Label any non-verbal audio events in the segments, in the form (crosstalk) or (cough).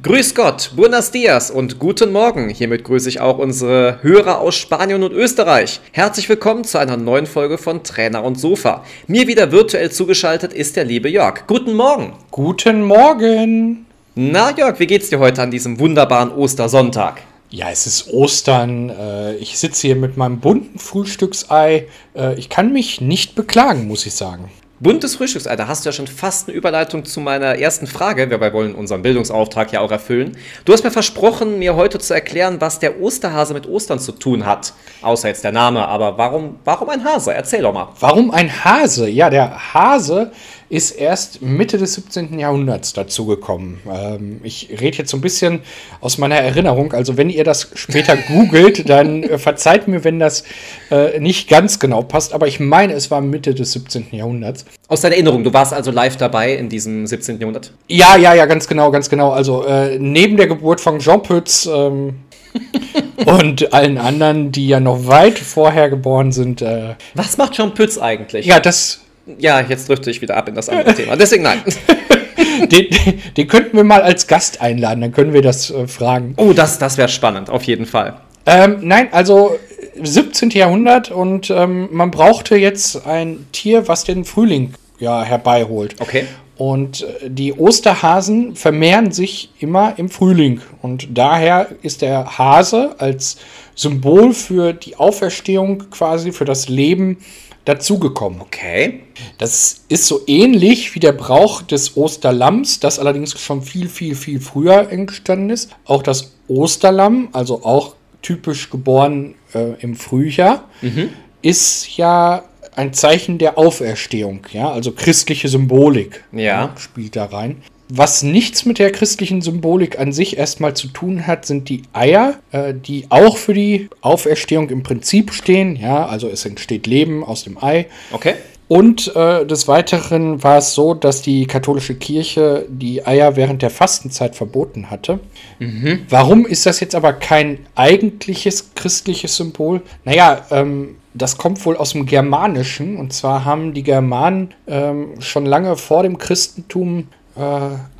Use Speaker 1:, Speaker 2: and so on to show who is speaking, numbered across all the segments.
Speaker 1: Grüß Gott, buenos dias und guten Morgen. Hiermit grüße ich auch unsere Hörer aus Spanien und Österreich. Herzlich willkommen zu einer neuen Folge von Trainer und Sofa. Mir wieder virtuell zugeschaltet ist der liebe Jörg. Guten Morgen.
Speaker 2: Guten Morgen.
Speaker 1: Na Jörg, wie geht's dir heute an diesem wunderbaren Ostersonntag?
Speaker 2: Ja, es ist Ostern. äh, Ich sitze hier mit meinem bunten Frühstücksei. Äh, Ich kann mich nicht beklagen, muss ich sagen.
Speaker 1: Buntes Frühstücksei, da hast du ja schon fast eine Überleitung zu meiner ersten Frage. Wir wollen unseren Bildungsauftrag ja auch erfüllen. Du hast mir versprochen, mir heute zu erklären, was der Osterhase mit Ostern zu tun hat. Außer jetzt der Name, aber warum, warum ein Hase? Erzähl doch mal.
Speaker 2: Warum ein Hase? Ja, der Hase ist erst Mitte des 17. Jahrhunderts dazugekommen. Ähm, ich rede jetzt so ein bisschen aus meiner Erinnerung. Also wenn ihr das später googelt, dann äh, verzeiht mir, wenn das äh, nicht ganz genau passt. Aber ich meine, es war Mitte des 17. Jahrhunderts.
Speaker 1: Aus deiner Erinnerung, du warst also live dabei in diesem 17. Jahrhundert.
Speaker 2: Ja, ja, ja, ganz genau, ganz genau. Also äh, neben der Geburt von Jean Pütz ähm, und allen anderen, die ja noch weit vorher geboren sind. Äh,
Speaker 1: Was macht John Pütz eigentlich?
Speaker 2: ja, das, (laughs)
Speaker 1: Ja, jetzt drifte ich wieder ab in das andere Thema. Deswegen nein.
Speaker 2: den, den könnten wir mal als Gast einladen, dann können wir das äh, fragen.
Speaker 1: Oh, das, das wäre spannend, auf jeden Fall.
Speaker 2: Ähm, nein, also 17. Jahrhundert und ähm, man brauchte jetzt ein Tier, was den Frühling ja herbeiholt.
Speaker 1: Okay.
Speaker 2: Und äh, die Osterhasen vermehren sich immer im Frühling. Und daher ist der Hase als Symbol für die Auferstehung quasi, für das Leben dazugekommen.
Speaker 1: Okay.
Speaker 2: Das ist so ähnlich wie der Brauch des Osterlamms, das allerdings schon viel, viel, viel früher entstanden ist. Auch das Osterlamm, also auch typisch geboren äh, im Frühjahr, ist ja ein Zeichen der Auferstehung, ja, also christliche Symbolik
Speaker 1: Ja.
Speaker 2: spielt da rein. Was nichts mit der christlichen Symbolik an sich erstmal zu tun hat, sind die Eier, äh, die auch für die Auferstehung im Prinzip stehen. Ja, also es entsteht Leben aus dem Ei.
Speaker 1: Okay.
Speaker 2: Und äh, des Weiteren war es so, dass die katholische Kirche die Eier während der Fastenzeit verboten hatte. Warum ist das jetzt aber kein eigentliches christliches Symbol? Naja, ähm, das kommt wohl aus dem Germanischen. Und zwar haben die Germanen ähm, schon lange vor dem Christentum äh,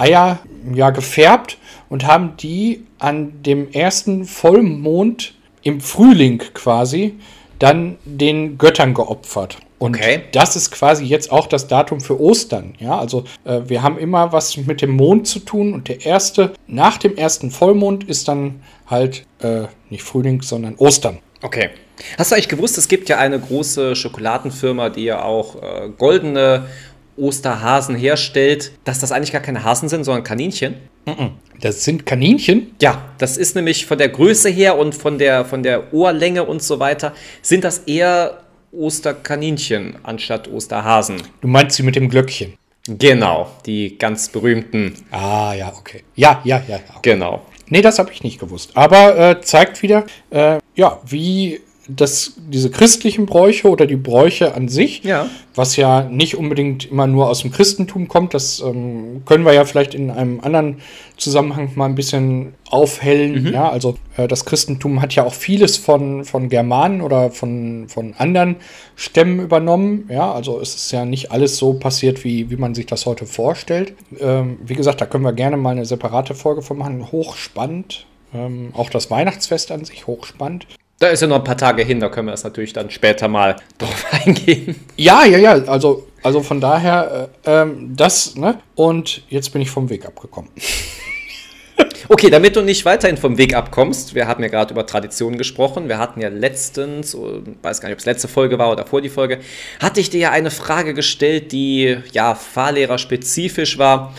Speaker 2: Eier ja, gefärbt und haben die an dem ersten Vollmond im Frühling quasi dann den Göttern geopfert. Und
Speaker 1: Okay.
Speaker 2: das ist quasi jetzt auch das Datum für Ostern. Ja, also äh, wir haben immer was mit dem Mond zu tun und der erste, nach dem ersten Vollmond ist dann halt äh, nicht Frühling, sondern Ostern.
Speaker 1: Okay. Hast du eigentlich gewusst, es gibt ja eine große Schokoladenfirma, die ja auch äh, goldene Osterhasen herstellt, dass das eigentlich gar keine Hasen sind, sondern Kaninchen?
Speaker 2: Das sind Kaninchen.
Speaker 1: Ja, das ist nämlich von der Größe her und von der, von der Ohrlänge und so weiter, sind das eher Osterkaninchen anstatt Osterhasen.
Speaker 2: Du meinst sie mit dem Glöckchen.
Speaker 1: Genau, die ganz berühmten.
Speaker 2: Ah, ja, okay. Ja, ja, ja, ja.
Speaker 1: Genau.
Speaker 2: Nee, das habe ich nicht gewusst. Aber äh, zeigt wieder, äh, ja, wie das, diese christlichen Bräuche oder die Bräuche an sich,
Speaker 1: Ja.
Speaker 2: was ja nicht unbedingt immer nur aus dem Christentum kommt, das ähm, können wir ja vielleicht in einem anderen Zusammenhang mal ein bisschen aufhellen. Ja, also äh, das Christentum hat ja auch vieles von, von Germanen oder von, von anderen Stämmen übernommen. Ja, also es ist ja nicht alles so passiert, wie, wie man sich das heute vorstellt. Ähm, wie gesagt, da können wir gerne mal eine separate Folge von machen. Hochspannend. Ähm, auch das Weihnachtsfest an sich hochspannend.
Speaker 1: Da ist ja noch ein paar Tage hin, da können wir das natürlich dann später mal (laughs) drauf eingehen.
Speaker 2: Ja, ja, ja. Also, also von daher, äh, ähm, das, ne? Und jetzt bin ich vom Weg abgekommen.
Speaker 1: Okay, damit du nicht weiterhin vom Weg abkommst, wir haben ja gerade über Traditionen gesprochen. Wir hatten ja letztens, oh, weiß gar nicht, ob es letzte Folge war oder vor die Folge, hatte ich dir ja eine Frage gestellt, die ja Fahrlehrer-spezifisch war.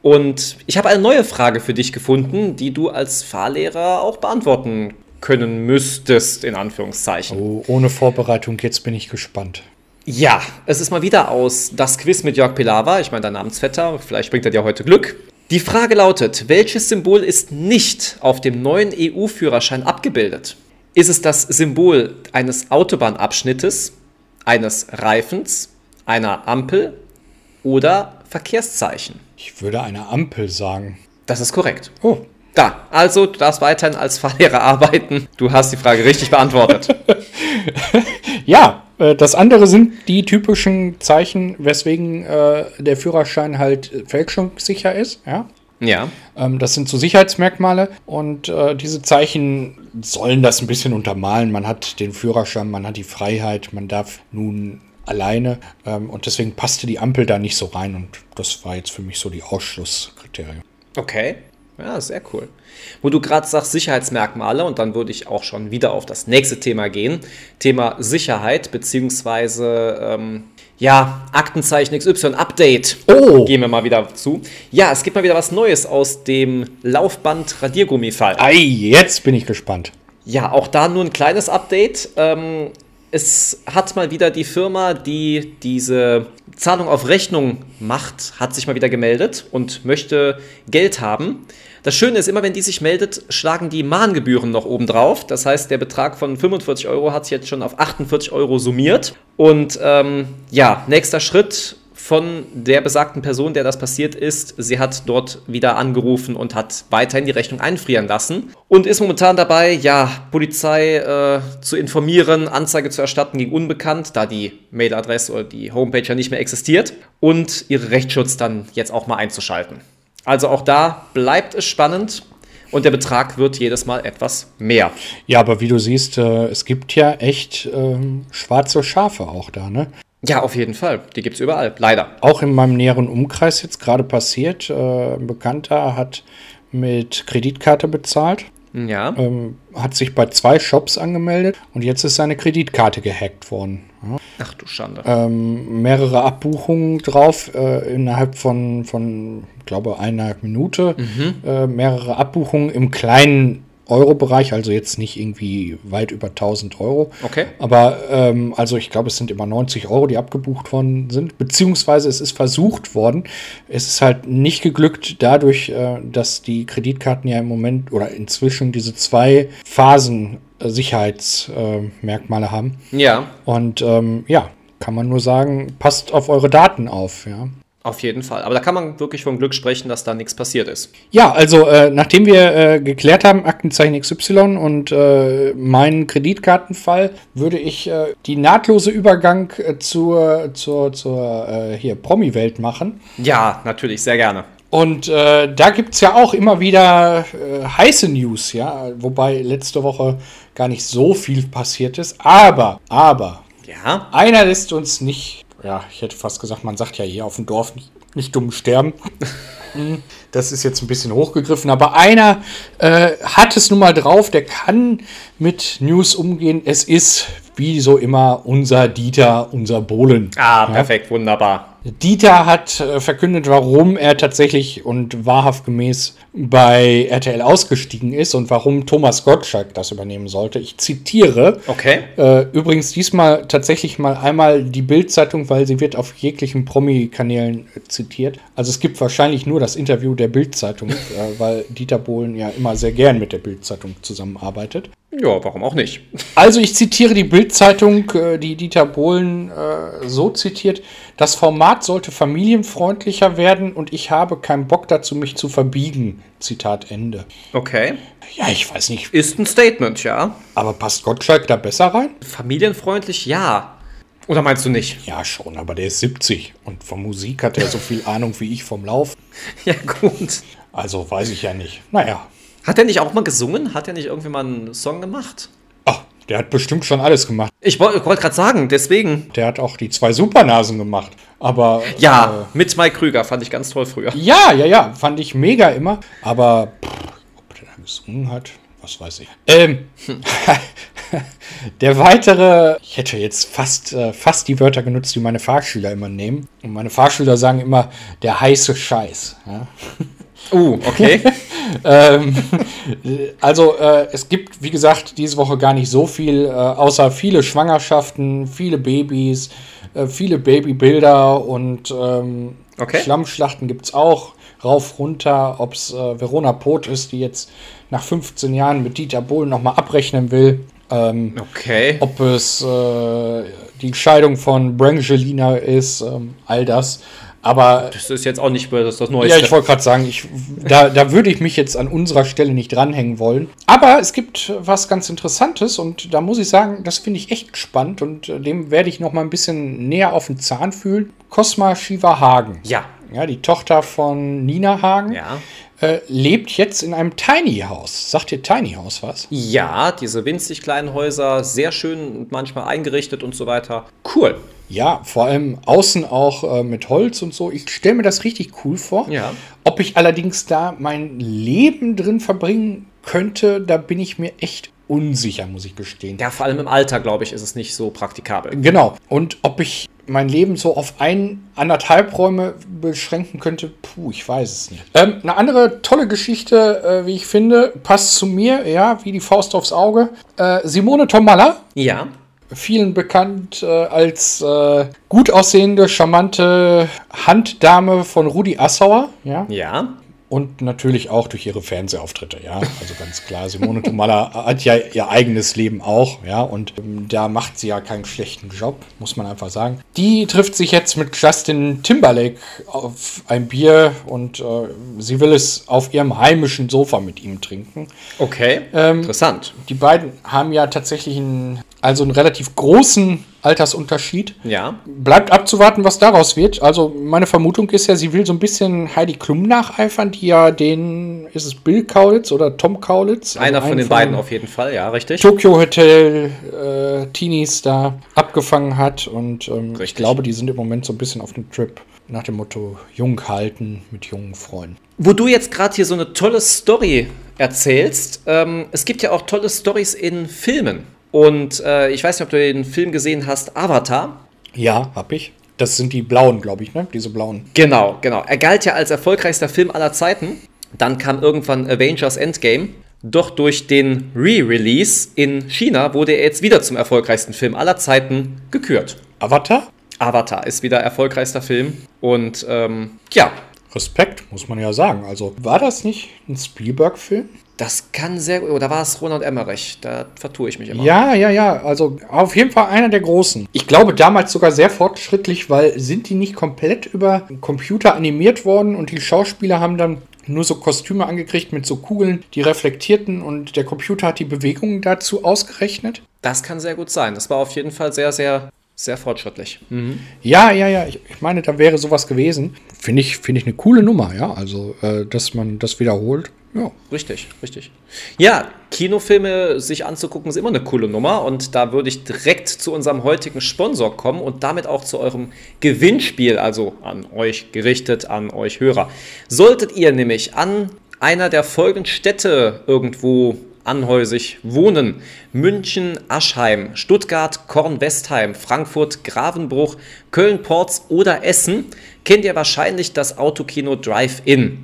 Speaker 1: Und ich habe eine neue Frage für dich gefunden, die du als Fahrlehrer auch beantworten können müsstest, in Anführungszeichen.
Speaker 2: Oh, ohne Vorbereitung, jetzt bin ich gespannt.
Speaker 1: Ja, es ist mal wieder aus das Quiz mit Jörg Pilawa. Ich meine, dein Namensvetter. Vielleicht bringt er dir heute Glück. Die Frage lautet: Welches Symbol ist nicht auf dem neuen EU-Führerschein abgebildet? Ist es das Symbol eines Autobahnabschnittes, eines Reifens, einer Ampel oder Verkehrszeichen?
Speaker 2: Ich würde eine Ampel sagen.
Speaker 1: Das ist korrekt.
Speaker 2: Oh,
Speaker 1: Da, also du darfst weiterhin als Fahrlehrer (laughs) arbeiten. Du hast die Frage richtig beantwortet.
Speaker 2: Ja, äh, das andere sind die typischen Zeichen, weswegen äh, der Führerschein halt äh, fälschungssicher ist. Ja?
Speaker 1: Ja.
Speaker 2: Ähm, das sind so Sicherheitsmerkmale und äh, diese Zeichen sollen das ein bisschen untermalen. Man hat den Führerschein, man hat die Freiheit, man darf nun alleine ähm, und deswegen passte die Ampel da nicht so rein und das war jetzt für mich so die Ausschlusskriterien.
Speaker 1: Okay. Ja, sehr cool. Wo du gerade sagst Sicherheitsmerkmale und dann würde ich auch schon wieder auf das nächste Thema gehen. Thema Sicherheit beziehungsweise ähm, ja, Aktenzeichen XY Update.
Speaker 2: Oh.
Speaker 1: Gehen wir mal wieder zu. Ja, es gibt mal wieder was Neues aus dem Laufband Radiergummi-Fall.
Speaker 2: Ei, jetzt bin ich gespannt.
Speaker 1: Ja, auch da nur ein kleines Update. Ähm, es hat mal wieder die Firma, die diese Zahlung auf Rechnung macht, hat sich mal wieder gemeldet und möchte Geld haben. Das Schöne ist, immer wenn die sich meldet, schlagen die Mahngebühren noch oben drauf. Das heißt, der Betrag von 45 Euro hat sich jetzt schon auf 48 Euro summiert. Und ähm, ja, nächster Schritt von der besagten Person, der das passiert ist. Sie hat dort wieder angerufen und hat weiterhin die Rechnung einfrieren lassen und ist momentan dabei, ja, Polizei äh, zu informieren, Anzeige zu erstatten gegen Unbekannt, da die Mailadresse oder die Homepage ja nicht mehr existiert und ihren Rechtsschutz dann jetzt auch mal einzuschalten. Also auch da bleibt es spannend. Und der Betrag wird jedes Mal etwas mehr.
Speaker 2: Ja, aber wie du siehst, äh, es gibt ja echt ähm, schwarze Schafe auch da, ne?
Speaker 1: Ja, auf jeden Fall. Die gibt es überall, leider.
Speaker 2: Auch in meinem näheren Umkreis jetzt gerade passiert. Äh, ein Bekannter hat mit Kreditkarte bezahlt,
Speaker 1: Ja.
Speaker 2: ähm, hat sich bei zwei Shops angemeldet und jetzt ist seine Kreditkarte gehackt worden. Ja.
Speaker 1: Ach du Schande.
Speaker 2: Ähm, mehrere Abbuchungen drauf äh, innerhalb von, von glaube eineinhalb Minute. Äh, mehrere Abbuchungen im kleinen Euro-Bereich, also jetzt nicht irgendwie weit über 1000 Euro.
Speaker 1: Okay.
Speaker 2: Aber ähm, also ich glaube, es sind immer 90 Euro, die abgebucht worden sind, beziehungsweise es ist versucht worden. Es ist halt nicht geglückt dadurch, äh, dass die Kreditkarten ja im Moment oder inzwischen diese zwei Phasen äh, Sicherheitsmerkmale haben.
Speaker 1: Ja,
Speaker 2: Und ähm, ja, kann man nur sagen, passt auf eure Daten auf, ja.
Speaker 1: auf jeden Fall. Aber da kann man wirklich vom Glück sprechen, dass da nichts passiert ist.
Speaker 2: Ja, also äh, nachdem wir äh, geklärt haben, Aktenzeichen XY und äh, meinen Kreditkartenfall, würde ich äh, die nahtlose Übergang äh, zur, zur, zur äh, hier Promi-Welt machen.
Speaker 1: Ja, natürlich, sehr gerne.
Speaker 2: Und äh, da gibt's ja auch immer wieder äh, heiße News, ja, wobei letzte Woche gar nicht so viel passiert ist. Aber, aber,
Speaker 1: Ja.
Speaker 2: Einer lässt uns nicht, ja, ich hätte fast gesagt, man sagt ja hier auf dem Dorf nicht, nicht
Speaker 1: (laughs)
Speaker 2: dumm sterben. Das ist jetzt ein bisschen hochgegriffen, aber einer äh, hat es nun mal drauf, der kann mit News umgehen. Es ist, wie so immer, unser Dieter, unser Bohlen.
Speaker 1: Ah, perfekt, wunderbar.
Speaker 2: Dieter hat äh, verkündet, warum er tatsächlich und wahrhaft gemäß bei RTL ausgestiegen ist und warum Thomas Gottschalk das übernehmen sollte. Ich zitiere.
Speaker 1: Okay.
Speaker 2: Äh, übrigens diesmal tatsächlich mal einmal die Bild-Zeitung, weil sie wird auf jeglichen Promi-Kanälen äh, zitiert. Also es gibt wahrscheinlich nur das Interview der Bild-Zeitung, äh, weil Dieter Bohlen ja immer sehr gern mit der Bild-Zeitung zusammenarbeitet.
Speaker 1: Ja, warum auch nicht?
Speaker 2: Also ich zitiere die Bild-Zeitung, äh, die Dieter Bohlen äh, so zitiert. Das Format sollte familienfreundlicher werden und ich habe keinen Bock dazu, mich zu verbiegen. Zitat Ende.
Speaker 1: Okay.
Speaker 2: Ja, ich weiß nicht,
Speaker 1: Ist ein Statement, ja.
Speaker 2: aber passt Gottschalk da besser rein?
Speaker 1: Familienfreundlich, ja. Oder meinst du nicht?
Speaker 2: Ja, schon, aber der ist 70 und von Musik hat er so viel Ahnung wie ich vom Lauf.
Speaker 1: (laughs) Ja, gut.
Speaker 2: Also weiß ich ja nicht. Naja,
Speaker 1: Hat er nicht auch mal gesungen? Hat er nicht irgendwie mal einen Song gemacht?
Speaker 2: ach, ah, der hat bestimmt schon alles gemacht.
Speaker 1: Ich wollte wollt gerade sagen, deswegen.
Speaker 2: Der hat auch die zwei Supernasen gemacht. Aber.
Speaker 1: Ja, mit Mike Krüger fand ich ganz toll früher.
Speaker 2: Äh, ja, ja, ja, fand ich mega immer. Aber pff, ob der da gesungen hat, was weiß ich. Ähm. (laughs) Der weitere, ich hätte jetzt fast, äh, fast die Wörter genutzt, die meine Fahrschüler immer nehmen. Und meine Fahrschüler sagen immer, der heiße Scheiß. Ja?
Speaker 1: Uh, (laughs) okay.
Speaker 2: ähm, (laughs) also äh, es gibt, wie gesagt, diese Woche gar nicht so viel, äh, außer viele Schwangerschaften, viele Babys, äh, viele Babybilder und ähm,
Speaker 1: Okay.
Speaker 2: Schlammschlachten gibt es auch. Rauf, runter, ob es äh, Verona Poth ist, die jetzt nach 15 Jahren mit Dieter Bohlen nochmal abrechnen will. Ähm,
Speaker 1: Okay.
Speaker 2: ob es äh, die Scheidung von Brangelina ist, ähm, all das. Aber
Speaker 1: Das ist jetzt auch nicht mehr das, das
Speaker 2: ja,
Speaker 1: Neueste.
Speaker 2: ich wollte gerade sagen, ich, da, da würde ich mich jetzt an unserer Stelle nicht dranhängen wollen. Aber es gibt was ganz Interessantes und da muss ich sagen, das finde ich echt spannend und äh, dem werde ich noch mal ein bisschen näher auf den Zahn fühlen. Cosma Shiva Hagen.
Speaker 1: ja,
Speaker 2: Ja, die Tochter von Nina Hagen
Speaker 1: Ja.
Speaker 2: äh, lebt jetzt in einem Tiny House. Sagt ihr Tiny House was?
Speaker 1: Ja, diese winzig kleinen Häuser, sehr schön und manchmal eingerichtet und so weiter. Cool.
Speaker 2: Ja, vor allem außen auch äh, mit Holz und so. Ich stelle mir das richtig cool vor.
Speaker 1: Ja.
Speaker 2: Ob ich allerdings da mein Leben drin verbringen könnte, da bin ich mir echt unsicher, muss ich gestehen.
Speaker 1: Ja, vor allem im Alter, glaube ich, ist es nicht so praktikabel.
Speaker 2: Genau. Und ob ich mein Leben so auf ein, anderthalb Räume beschränken könnte, puh, ich weiß es nicht. Ähm, eine andere tolle Geschichte, äh, wie ich finde, passt zu mir, ja, wie die Faust aufs Auge. Äh, Simone Tomalla,
Speaker 1: Ja.
Speaker 2: vielen bekannt äh, als äh, gut aussehende, charmante Handdame von Rudi Assauer, ja.
Speaker 1: Ja.
Speaker 2: Und natürlich auch durch ihre Fernsehauftritte, ja. Also ganz klar, Simone Tomalla hat ja ihr eigenes Leben auch, ja. Und ähm, da macht sie ja keinen schlechten Job, muss man einfach sagen. Die trifft sich jetzt mit Justin Timberlake auf ein Bier und äh, sie will es auf ihrem heimischen Sofa mit ihm trinken.
Speaker 1: Okay. Interessant.
Speaker 2: Die beiden haben ja tatsächlich einen, also einen relativ großen Altersunterschied.
Speaker 1: Ja.
Speaker 2: Bleibt abzuwarten, was daraus wird. Also meine Vermutung ist ja, sie will so ein bisschen Heidi Klum nacheifern, die ja den, ist es Bill Kaulitz oder Tom Kaulitz?
Speaker 1: Einer
Speaker 2: Also
Speaker 1: von
Speaker 2: einen
Speaker 1: den beiden auf jeden Fall, ja, richtig.
Speaker 2: Tokyo Hotel äh, Teenies da abgefangen hat und ähm, ich
Speaker 1: Richtig.
Speaker 2: glaube, die sind im Moment so ein bisschen auf dem Trip nach dem Motto jung halten mit jungen Freunden.
Speaker 1: Wo du jetzt gerade hier so eine tolle Story erzählst, ähm, es gibt ja auch tolle Stories in Filmen. Und äh, ich weiß nicht, ob du den Film gesehen hast, Avatar.
Speaker 2: Ja, hab ich. Das sind die blauen, glaube ich, ne? Diese blauen.
Speaker 1: Genau, genau. Er galt ja als erfolgreichster Film aller Zeiten. Dann kam irgendwann Avengers Endgame. Doch durch den Re-Release in China wurde er jetzt wieder zum erfolgreichsten Film aller Zeiten gekürt.
Speaker 2: Avatar?
Speaker 1: Avatar ist wieder erfolgreichster Film. Und ähm, ja,
Speaker 2: Respekt, muss man ja sagen. Also war das nicht ein Spielberg-Film?
Speaker 1: das kann sehr. Oder war es Ronald Emmerich? Da vertue ich mich immer.
Speaker 2: Ja, ja, ja. Also auf jeden Fall einer der großen. Ich glaube damals sogar sehr fortschrittlich, weil sind die nicht komplett über Computer animiert worden und die Schauspieler haben dann nur so Kostüme angekriegt mit so Kugeln, die reflektierten und der Computer hat die Bewegungen dazu ausgerechnet.
Speaker 1: Das kann sehr gut sein. Das war auf jeden Fall sehr, sehr, sehr fortschrittlich.
Speaker 2: Ja, ja, ja. Ich, ich meine, da wäre sowas gewesen. Finde ich, finde ich eine coole Nummer, ja. Also, äh, dass man das wiederholt. Ja.
Speaker 1: Richtig, richtig. Ja, Kinofilme sich anzugucken ist immer eine coole Nummer und da würde ich direkt zu unserem heutigen Sponsor kommen und damit auch zu eurem Gewinnspiel, also an euch gerichtet, an euch Hörer. Solltet ihr nämlich an einer der folgenden Städte irgendwo anhäusig wohnen, München, Aschheim, Stuttgart, Kornwestheim, Frankfurt, Gravenbruch, Köln-Porz oder Essen, kennt ihr wahrscheinlich das Autokino Drive-In.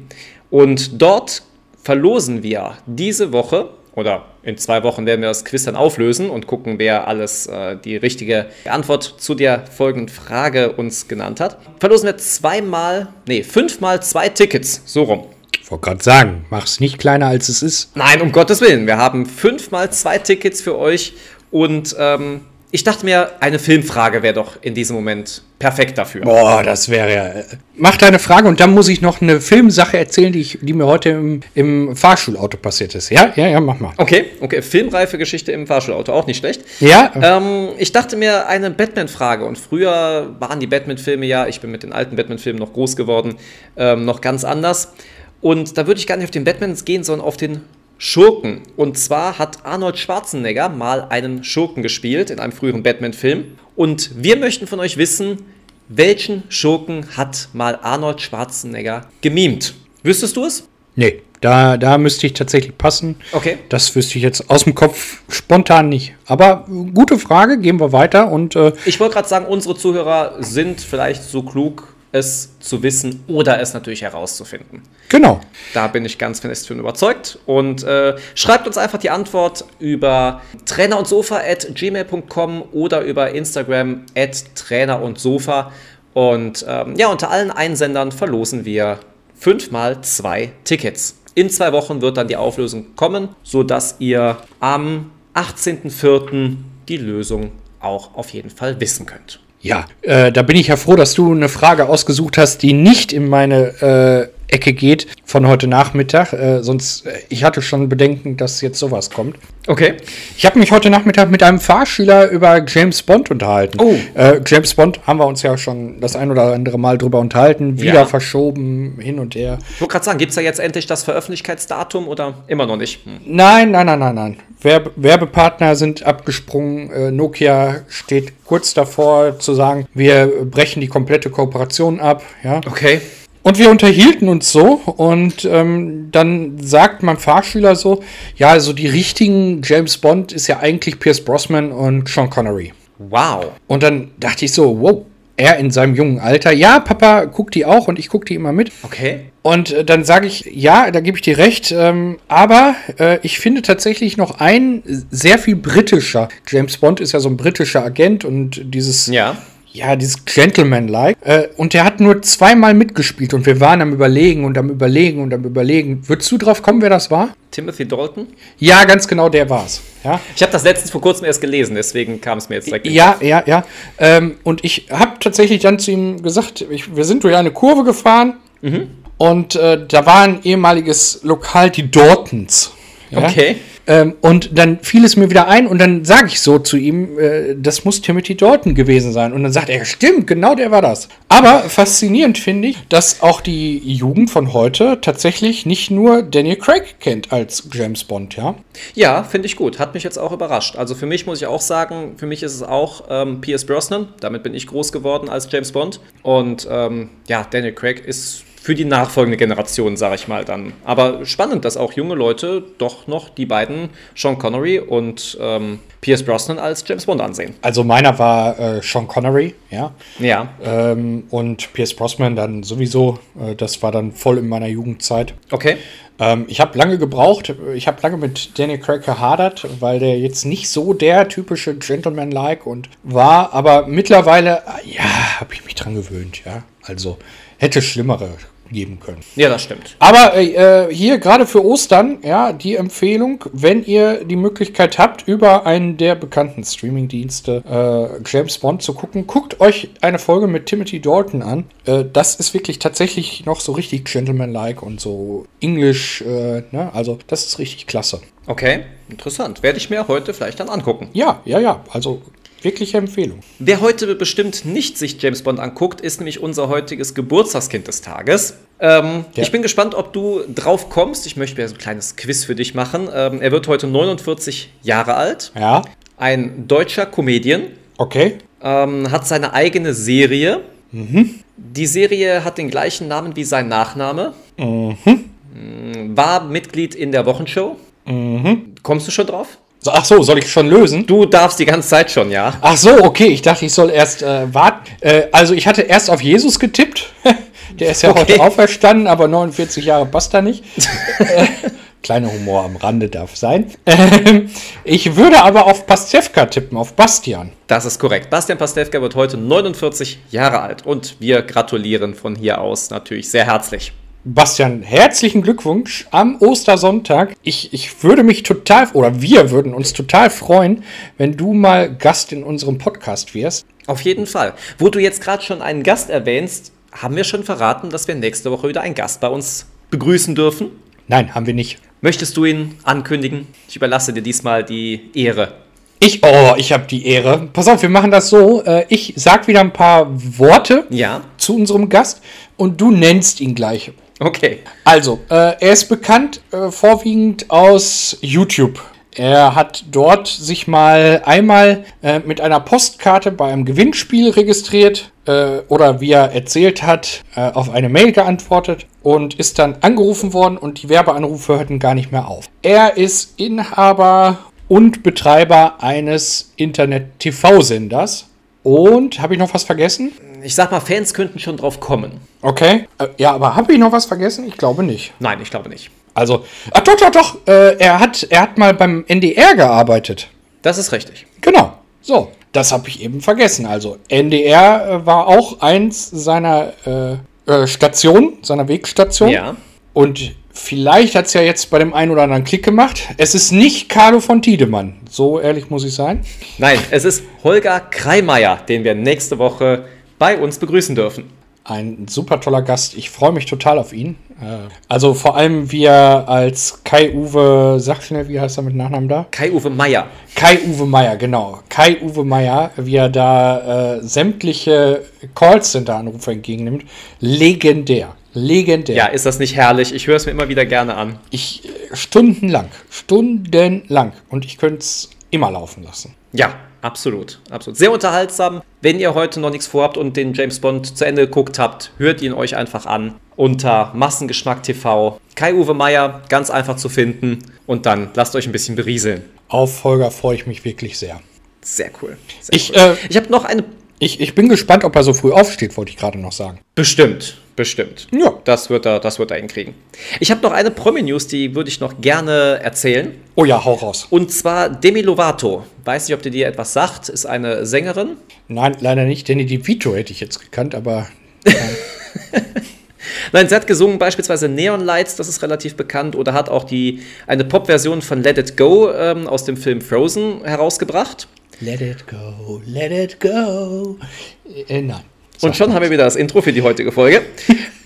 Speaker 1: Und dort verlosen wir diese Woche oder in zwei Wochen werden wir das Quiz dann auflösen und gucken, wer alles äh, die richtige Antwort zu der folgenden Frage uns genannt hat. Verlosen wir zweimal, nee, fünfmal zwei Tickets, so rum.
Speaker 2: Ich wollte gerade sagen, mach's nicht kleiner als es ist.
Speaker 1: Nein, um Gottes Willen. Wir haben fünfmal zwei Tickets für euch und ähm, ich dachte mir, eine Filmfrage wäre doch in diesem Moment perfekt dafür.
Speaker 2: Boah, das wäre ja. äh, Mach deine Frage und dann muss ich noch eine Filmsache erzählen, die, ich, die mir heute im, im Fahrschulauto passiert ist. Ja, ja, ja, mach mal.
Speaker 1: Okay, okay, filmreife Geschichte im Fahrschulauto, auch nicht schlecht.
Speaker 2: Ja, äh,
Speaker 1: Ähm, ich dachte mir eine Batman-Frage und früher waren die Batman-Filme ja, ich bin mit den alten Batman-Filmen noch groß geworden, ähm, noch ganz anders. Und da würde ich gar nicht auf den Batman gehen, sondern auf den Schurken. Und zwar hat Arnold Schwarzenegger mal einen Schurken gespielt in einem früheren Batman-Film. Und wir möchten von euch wissen, welchen Schurken hat mal Arnold Schwarzenegger gemimt? Wüsstest du es?
Speaker 2: nee, da, da müsste ich tatsächlich passen.
Speaker 1: Okay.
Speaker 2: Das wüsste ich jetzt aus dem Kopf spontan nicht. Aber äh, gute Frage, gehen wir weiter und äh,
Speaker 1: Ich wollte gerade sagen, unsere Zuhörer sind vielleicht so klug, es zu wissen oder es natürlich herauszufinden.
Speaker 2: genau.
Speaker 1: Da bin ich ganz fest von überzeugt. Und äh, schreibt uns einfach die Antwort über trainer und sofa at gmail.com oder über Instagram at trainer und sofa. Und ähm, ja, unter allen Einsendern verlosen wir fünfmal zwei Tickets. In zwei Wochen wird dann die Auflösung kommen, sodass ihr am 18.04. die Lösung auch auf jeden Fall wissen könnt.
Speaker 2: Ja, äh, da bin ich ja froh, dass du eine Frage ausgesucht hast, die nicht in meine äh, Ecke geht, von heute Nachmittag. Äh, sonst, äh, ich hatte schon Bedenken, dass jetzt sowas kommt.
Speaker 1: Okay.
Speaker 2: Ich habe mich heute Nachmittag mit einem Fahrschüler über James Bond unterhalten.
Speaker 1: Oh.
Speaker 2: Äh, James Bond haben wir uns ja schon das ein oder andere Mal drüber unterhalten, wieder
Speaker 1: Ja.
Speaker 2: verschoben, hin und her.
Speaker 1: Ich wollte gerade sagen, gibt es da jetzt endlich das Veröffentlichkeitsdatum oder immer noch nicht? Hm.
Speaker 2: Nein, nein, nein, nein, nein. Werbe Werbepartner sind abgesprungen. Äh, Nokia steht kurz davor zu sagen, wir brechen die komplette Kooperation ab. Ja.
Speaker 1: Okay.
Speaker 2: Und wir unterhielten uns so und ähm, dann sagt mein Fahrschüler so, ja, also die richtigen James Bond ist ja eigentlich Pierce Brosnan und Sean Connery.
Speaker 1: Wow.
Speaker 2: Und dann dachte ich so, wow, er in seinem jungen Alter, ja, Papa guckt die auch und ich gucke die immer mit.
Speaker 1: Okay.
Speaker 2: Und äh, dann sage ich, ja, da gebe ich dir recht, ähm, aber äh, ich finde tatsächlich noch ein sehr viel britischer. James Bond ist ja so ein britischer Agent und dieses
Speaker 1: Ja.
Speaker 2: ja, dieses Gentleman-like. Äh, und der hat nur zweimal mitgespielt und wir waren am Überlegen und am Überlegen und am Überlegen. Würdest du drauf kommen, wer das war?
Speaker 1: Timothy Dalton?
Speaker 2: Ja, ganz genau, der war's. Ja,
Speaker 1: Ich habe das letztens vor kurzem erst gelesen, deswegen kam es mir jetzt direkt. in den
Speaker 2: ja, ja. ja. Ähm, und ich habe tatsächlich dann zu ihm gesagt, ich, wir sind durch eine Kurve gefahren und äh, da war ein ehemaliges Lokal, die Dortons. Ja?
Speaker 1: Okay.
Speaker 2: Ähm, und dann fiel es mir wieder ein und dann sage ich so zu ihm, äh, das muss Timothy Dalton gewesen sein. Und dann sagt er, stimmt, genau der war das. Aber faszinierend finde ich, dass auch die Jugend von heute tatsächlich nicht nur Daniel Craig kennt als James Bond, ja.
Speaker 1: Ja, finde ich gut. Hat mich jetzt auch überrascht. Also für mich muss ich auch sagen, für mich ist es auch ähm, Pierce Brosnan. Damit bin ich groß geworden als James Bond. Und ähm, ja, Daniel Craig ist für die nachfolgende Generation, sage ich mal dann. Aber spannend, dass auch junge Leute doch noch die beiden Sean Connery und ähm, Pierce Brosnan als James Bond ansehen.
Speaker 2: Also meiner war äh, Sean Connery, ja.
Speaker 1: Ja,
Speaker 2: Ähm, und Pierce Brosnan dann sowieso, äh, das war dann voll in meiner Jugendzeit.
Speaker 1: okay.
Speaker 2: Ähm, ich habe lange gebraucht, ich habe lange mit Daniel Craig gehadert, weil der jetzt nicht so der typische Gentleman-like und war, aber mittlerweile, ah, ja, habe ich mich dran gewöhnt, ja. Also hätte schlimmere geben können.
Speaker 1: Ja, das stimmt.
Speaker 2: Aber äh, äh, hier gerade für Ostern, ja, die Empfehlung, wenn ihr die Möglichkeit habt, über einen der bekannten Streamingdienste äh, James Bond zu gucken, guckt euch eine Folge mit Timothy Dalton an. Äh, das ist wirklich tatsächlich noch so richtig Gentleman-like und so Englisch, äh, ne? Also, das ist richtig klasse.
Speaker 1: Okay, interessant. Werde ich mir heute vielleicht dann angucken.
Speaker 2: Ja, ja, ja. Also, wirkliche Empfehlung.
Speaker 1: Wer heute bestimmt nicht sich James Bond anguckt, ist nämlich unser heutiges Geburtstagskind des Tages. Ähm,
Speaker 2: Ja.
Speaker 1: Ich bin gespannt, ob du drauf kommst. Ich möchte mir so ein kleines Quiz für dich machen. Ähm, er wird heute 49 Jahre alt,
Speaker 2: Ja,
Speaker 1: ein deutscher Comedian,
Speaker 2: okay.
Speaker 1: ähm, hat seine eigene Serie. Die Serie hat den gleichen Namen wie sein Nachname. Mhm. War Mitglied in der Wochenshow. Kommst du schon drauf?
Speaker 2: So, ach so, soll ich schon lösen?
Speaker 1: Du darfst die ganze Zeit schon, ja.
Speaker 2: Ach so, okay. Ich dachte, ich soll erst äh, warten. Äh, also ich hatte erst auf Jesus getippt. (laughs) Der ist ja
Speaker 1: Okay.
Speaker 2: heute auferstanden, aber 49 Jahre passt da nicht. äh, kleiner Humor am Rande darf sein. Ähm, ich würde aber auf Pastewka tippen, auf Bastian.
Speaker 1: Das ist korrekt. Bastian Pastewka wird heute 49 Jahre alt und wir gratulieren von hier aus natürlich sehr herzlich.
Speaker 2: Bastian, herzlichen Glückwunsch am Ostersonntag. Ich, ich würde mich total, oder wir würden uns total freuen, wenn du mal Gast in unserem Podcast wärst.
Speaker 1: Auf jeden Fall. Wo du jetzt gerade schon einen Gast erwähnst, haben wir schon verraten, dass wir nächste Woche wieder einen Gast bei uns begrüßen dürfen.
Speaker 2: Nein, haben wir nicht.
Speaker 1: Möchtest du ihn ankündigen? Ich überlasse dir diesmal die Ehre.
Speaker 2: Ich, oh, ich habe die Ehre. Pass auf, wir machen das so. Äh, ich sag wieder ein paar Worte
Speaker 1: Ja,
Speaker 2: zu unserem Gast und du nennst ihn gleich.
Speaker 1: okay.
Speaker 2: Also, äh, er ist bekannt äh, vorwiegend aus YouTube. Er hat dort sich mal einmal äh, mit einer Postkarte bei einem Gewinnspiel registriert äh, oder wie er erzählt hat, äh, auf eine Mail geantwortet und ist dann angerufen worden und die Werbeanrufe hörten gar nicht mehr auf. Er ist Inhaber und Betreiber eines Internet-TV-Senders. Und habe ich noch was vergessen?
Speaker 1: Ich sag mal, Fans könnten schon drauf kommen.
Speaker 2: Okay. Äh, ja, aber habe ich noch was vergessen? Ich glaube nicht.
Speaker 1: Nein, ich glaube nicht.
Speaker 2: Also, ach doch, doch, doch, äh, er, hat, er hat mal beim NDR gearbeitet.
Speaker 1: Das ist richtig.
Speaker 2: Genau, so, das habe ich eben vergessen. Also, NDR äh, war auch eins seiner äh, äh, Stationen, seiner Wegstationen.
Speaker 1: Ja.
Speaker 2: Und vielleicht hat es ja jetzt bei dem einen oder anderen Klick gemacht. Es ist nicht Carlo von Tiedemann, so ehrlich muss ich sein.
Speaker 1: Nein, es ist Holger Kreimeier, den wir nächste Woche bei uns begrüßen dürfen.
Speaker 2: ein super toller Gast. Ich freue mich total auf ihn. Äh, Also vor allem wie er als Kai-Uwe, sag schnell, wie heißt er mit Nachnamen da?
Speaker 1: Kai-Uwe Meier.
Speaker 2: Kai-Uwe Meier, genau. Kai-Uwe Meier, wie er da äh, sämtliche Callcenter-Anrufe entgegennimmt. Legendär. Legendär.
Speaker 1: Ja, ist das nicht herrlich? Ich höre es mir immer wieder gerne an.
Speaker 2: Ich, äh, stundenlang. Stundenlang. Und ich könnte es immer laufen lassen.
Speaker 1: Ja, absolut. absolut. Sehr unterhaltsam. Wenn ihr heute noch nichts vorhabt und den James Bond zu Ende geguckt habt, hört ihn euch einfach an unter Massengeschmack TV. Kai-Uwe Meier, ganz einfach zu finden. Und dann lasst euch ein bisschen berieseln.
Speaker 2: Auf Holger freue ich mich wirklich sehr.
Speaker 1: Sehr cool. Sehr
Speaker 2: Ich,
Speaker 1: cool.
Speaker 2: äh,
Speaker 1: ich habe noch eine.
Speaker 2: ich, ich bin gespannt, ob er so früh aufsteht, wollte ich gerade noch sagen.
Speaker 1: Bestimmt, bestimmt.
Speaker 2: Ja.
Speaker 1: Das wird er, das wird er hinkriegen. Ich habe noch eine Promi-News, die würde ich noch gerne erzählen.
Speaker 2: Oh ja, hau raus.
Speaker 1: Und zwar Demi Lovato. Weiß nicht, ob die dir etwas sagt, ist eine Sängerin.
Speaker 2: Nein, leider nicht. Danny DeVito hätte ich jetzt gekannt, aber
Speaker 1: Nein, sie hat gesungen beispielsweise Neon Lights, das ist relativ bekannt, oder hat auch die, eine Pop-Version von Let It Go ähm, aus dem Film Frozen herausgebracht.
Speaker 2: Let it go, let it go. Äh, nein.
Speaker 1: Und schon haben wir wieder das Intro für die heutige Folge.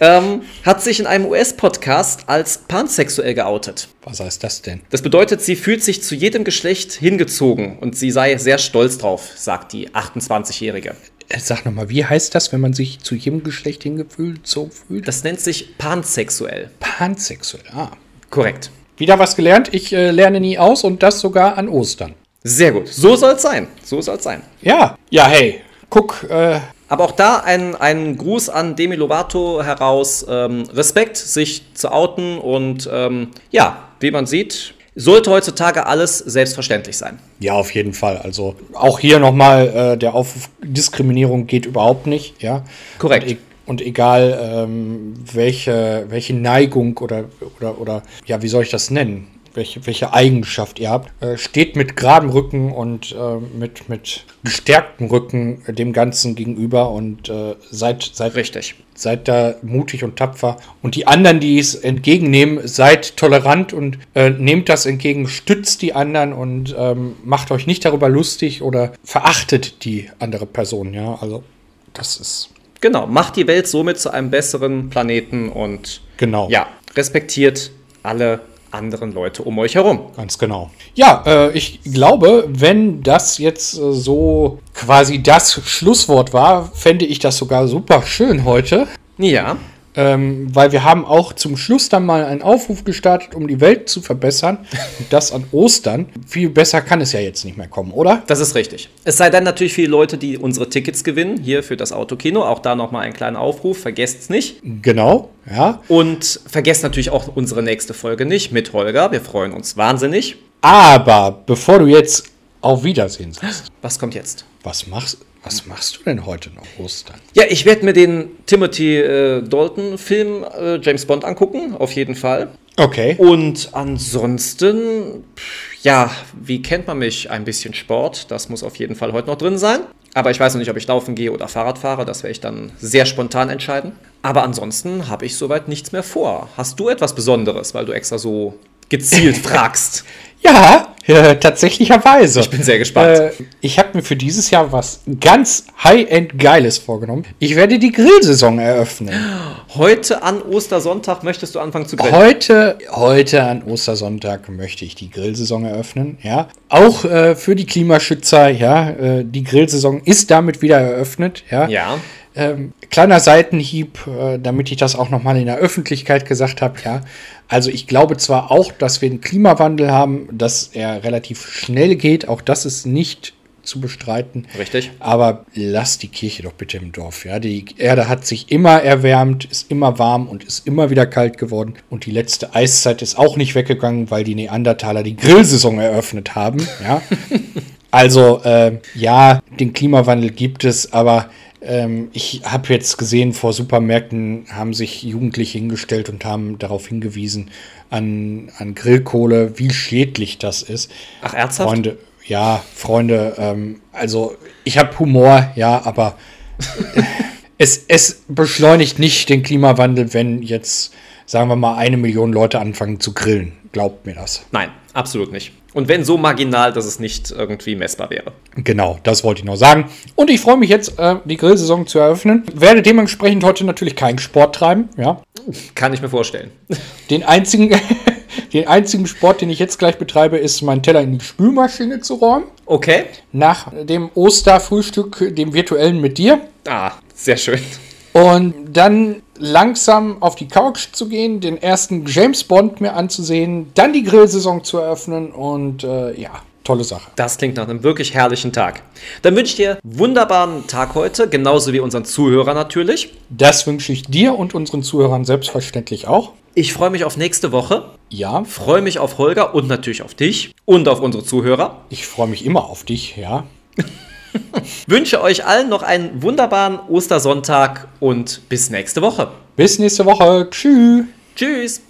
Speaker 1: ähm, hat sich in einem US-Podcast als pansexuell geoutet.
Speaker 2: Was heißt das denn?
Speaker 1: Das bedeutet, sie fühlt sich zu jedem Geschlecht hingezogen und sie sei sehr stolz drauf, sagt die 28-Jährige.
Speaker 2: Äh, Sag nochmal, wie heißt das, wenn man sich zu jedem Geschlecht hingefühlt so fühlt?
Speaker 1: Das nennt sich pansexuell.
Speaker 2: Pansexuell. Ah.
Speaker 1: Korrekt.
Speaker 2: Wieder was gelernt. Ich äh, lerne nie aus und das sogar an Ostern.
Speaker 1: Sehr gut. So soll es sein. So soll es sein.
Speaker 2: Ja. Ja, hey. Guck, äh,
Speaker 1: Aber auch da ein, ein Gruß an Demi Lovato heraus. Ähm, Respekt, sich zu outen und ähm, ja, wie man sieht, sollte heutzutage alles selbstverständlich sein.
Speaker 2: Ja, auf jeden Fall. Also auch hier nochmal äh, der Aufruf, Diskriminierung geht überhaupt nicht, ja.
Speaker 1: Korrekt.
Speaker 2: Und, e und egal ähm, welche, welche Neigung oder, oder, oder ja, wie soll ich das nennen? Welche, welche Eigenschaft ihr habt, äh, steht mit geradem Rücken und äh, mit, mit gestärktem Rücken dem Ganzen gegenüber und äh, seid, seid,
Speaker 1: Richtig.
Speaker 2: seid da mutig und tapfer. Und die anderen, die es entgegennehmen, seid tolerant und äh, nehmt das entgegen, stützt die anderen und ähm, macht euch nicht darüber lustig oder verachtet die andere Person. Ja, also das ist
Speaker 1: Genau, macht die Welt somit zu einem besseren Planeten und
Speaker 2: genau.
Speaker 1: ja, respektiert alle anderen Leute um euch herum.
Speaker 2: Ganz genau. Ja, äh, ich glaube, wenn das jetzt äh, so quasi das Schlusswort war, fände ich das sogar super schön heute.
Speaker 1: Ja,
Speaker 2: Ähm, weil wir haben auch zum Schluss dann mal einen Aufruf gestartet, um die Welt zu verbessern.
Speaker 1: (laughs)
Speaker 2: Und das an Ostern. Viel besser kann es ja jetzt nicht mehr kommen, oder?
Speaker 1: das ist richtig. Es sei denn natürlich viele Leute, die unsere Tickets gewinnen, hier für das Autokino. Auch da nochmal einen kleinen Aufruf, vergesst's nicht.
Speaker 2: Genau, ja.
Speaker 1: Und vergesst natürlich auch unsere nächste Folge nicht mit Holger. Wir freuen uns wahnsinnig.
Speaker 2: Aber bevor du jetzt auf Wiedersehen sagst,
Speaker 1: Was kommt jetzt?
Speaker 2: was machst, was machst du denn heute noch Ostern?
Speaker 1: Ja, ich werde mir den Timothy äh, Dalton-Film äh, James Bond angucken, auf jeden Fall.
Speaker 2: Okay.
Speaker 1: Und ansonsten, pff, ja, wie kennt man mich? Ein bisschen Sport, das muss auf jeden Fall heute noch drin sein. Aber ich weiß noch nicht, ob ich laufen gehe oder Fahrrad fahre, das werde ich dann sehr spontan entscheiden. Aber ansonsten habe ich soweit nichts mehr vor. Hast du etwas Besonderes, weil du extra so gezielt fragst?
Speaker 2: Ja, äh, tatsächlicherweise. Ich
Speaker 1: bin sehr gespannt.
Speaker 2: Äh, ich habe mir für dieses Jahr was ganz High-End Geiles vorgenommen. Ich werde die Grillsaison eröffnen.
Speaker 1: Heute an Ostersonntag möchtest du anfangen zu grillen.
Speaker 2: Heute, heute an Ostersonntag möchte ich die Grillsaison eröffnen. Ja, auch äh, für die Klimaschützer. Ja, äh, die Grillsaison ist damit wieder eröffnet. Ja,
Speaker 1: Ja.
Speaker 2: Ähm, kleiner Seitenhieb, äh, damit ich das auch noch mal in der Öffentlichkeit gesagt habe. Ja, also ich glaube zwar auch, dass wir einen Klimawandel haben, dass er relativ schnell geht. Auch das ist nicht zu bestreiten.
Speaker 1: Richtig.
Speaker 2: Aber lass die Kirche doch bitte im Dorf. Ja, die Erde hat sich immer erwärmt, ist immer warm und ist immer wieder kalt geworden. Und die letzte Eiszeit ist auch nicht weggegangen, weil die Neandertaler die Grillsaison eröffnet haben. Ja. Also, äh, ja, den Klimawandel gibt es, aber ähm, ich habe jetzt gesehen, vor Supermärkten haben sich Jugendliche hingestellt und haben darauf hingewiesen, an, an Grillkohle, wie schädlich das ist.
Speaker 1: Ach, ernsthaft?
Speaker 2: Freunde, ja, Freunde, ähm, also ich habe Humor, ja, aber (laughs) es, es beschleunigt nicht den Klimawandel, wenn jetzt, sagen wir mal, eine Million Leute anfangen zu grillen. Glaubt mir das.
Speaker 1: Nein, absolut nicht. Und wenn so marginal, dass es nicht irgendwie messbar wäre.
Speaker 2: Genau, das wollte ich noch sagen. Und ich freue mich jetzt, äh, die Grillsaison zu eröffnen. Werde dementsprechend heute natürlich keinen Sport treiben. Ja.
Speaker 1: Kann ich mir vorstellen. (laughs)
Speaker 2: Den einzigen, (laughs) den einzigen Sport, den ich jetzt gleich betreibe, ist, meinen Teller in die Spülmaschine zu räumen.
Speaker 1: Okay.
Speaker 2: Nach dem Osterfrühstück, dem virtuellen mit dir.
Speaker 1: Ah, sehr schön.
Speaker 2: Und dann langsam auf die Couch zu gehen, den ersten James Bond mir anzusehen, dann die Grillsaison zu eröffnen und äh, ja, tolle Sache.
Speaker 1: Das klingt nach einem wirklich herrlichen Tag. Dann wünsche ich dir einen wunderbaren Tag heute, genauso wie unseren Zuhörern natürlich.
Speaker 2: Das wünsche ich dir und unseren Zuhörern selbstverständlich auch.
Speaker 1: Ich freue mich auf nächste Woche.
Speaker 2: Ja,
Speaker 1: Freue mich auf Holger und natürlich auf dich und auf unsere Zuhörer.
Speaker 2: ich freue mich immer auf dich, ja.
Speaker 1: Wünsche euch allen noch einen wunderbaren Ostersonntag und bis nächste Woche.
Speaker 2: Bis nächste Woche. Tschüss.
Speaker 1: Tschüss.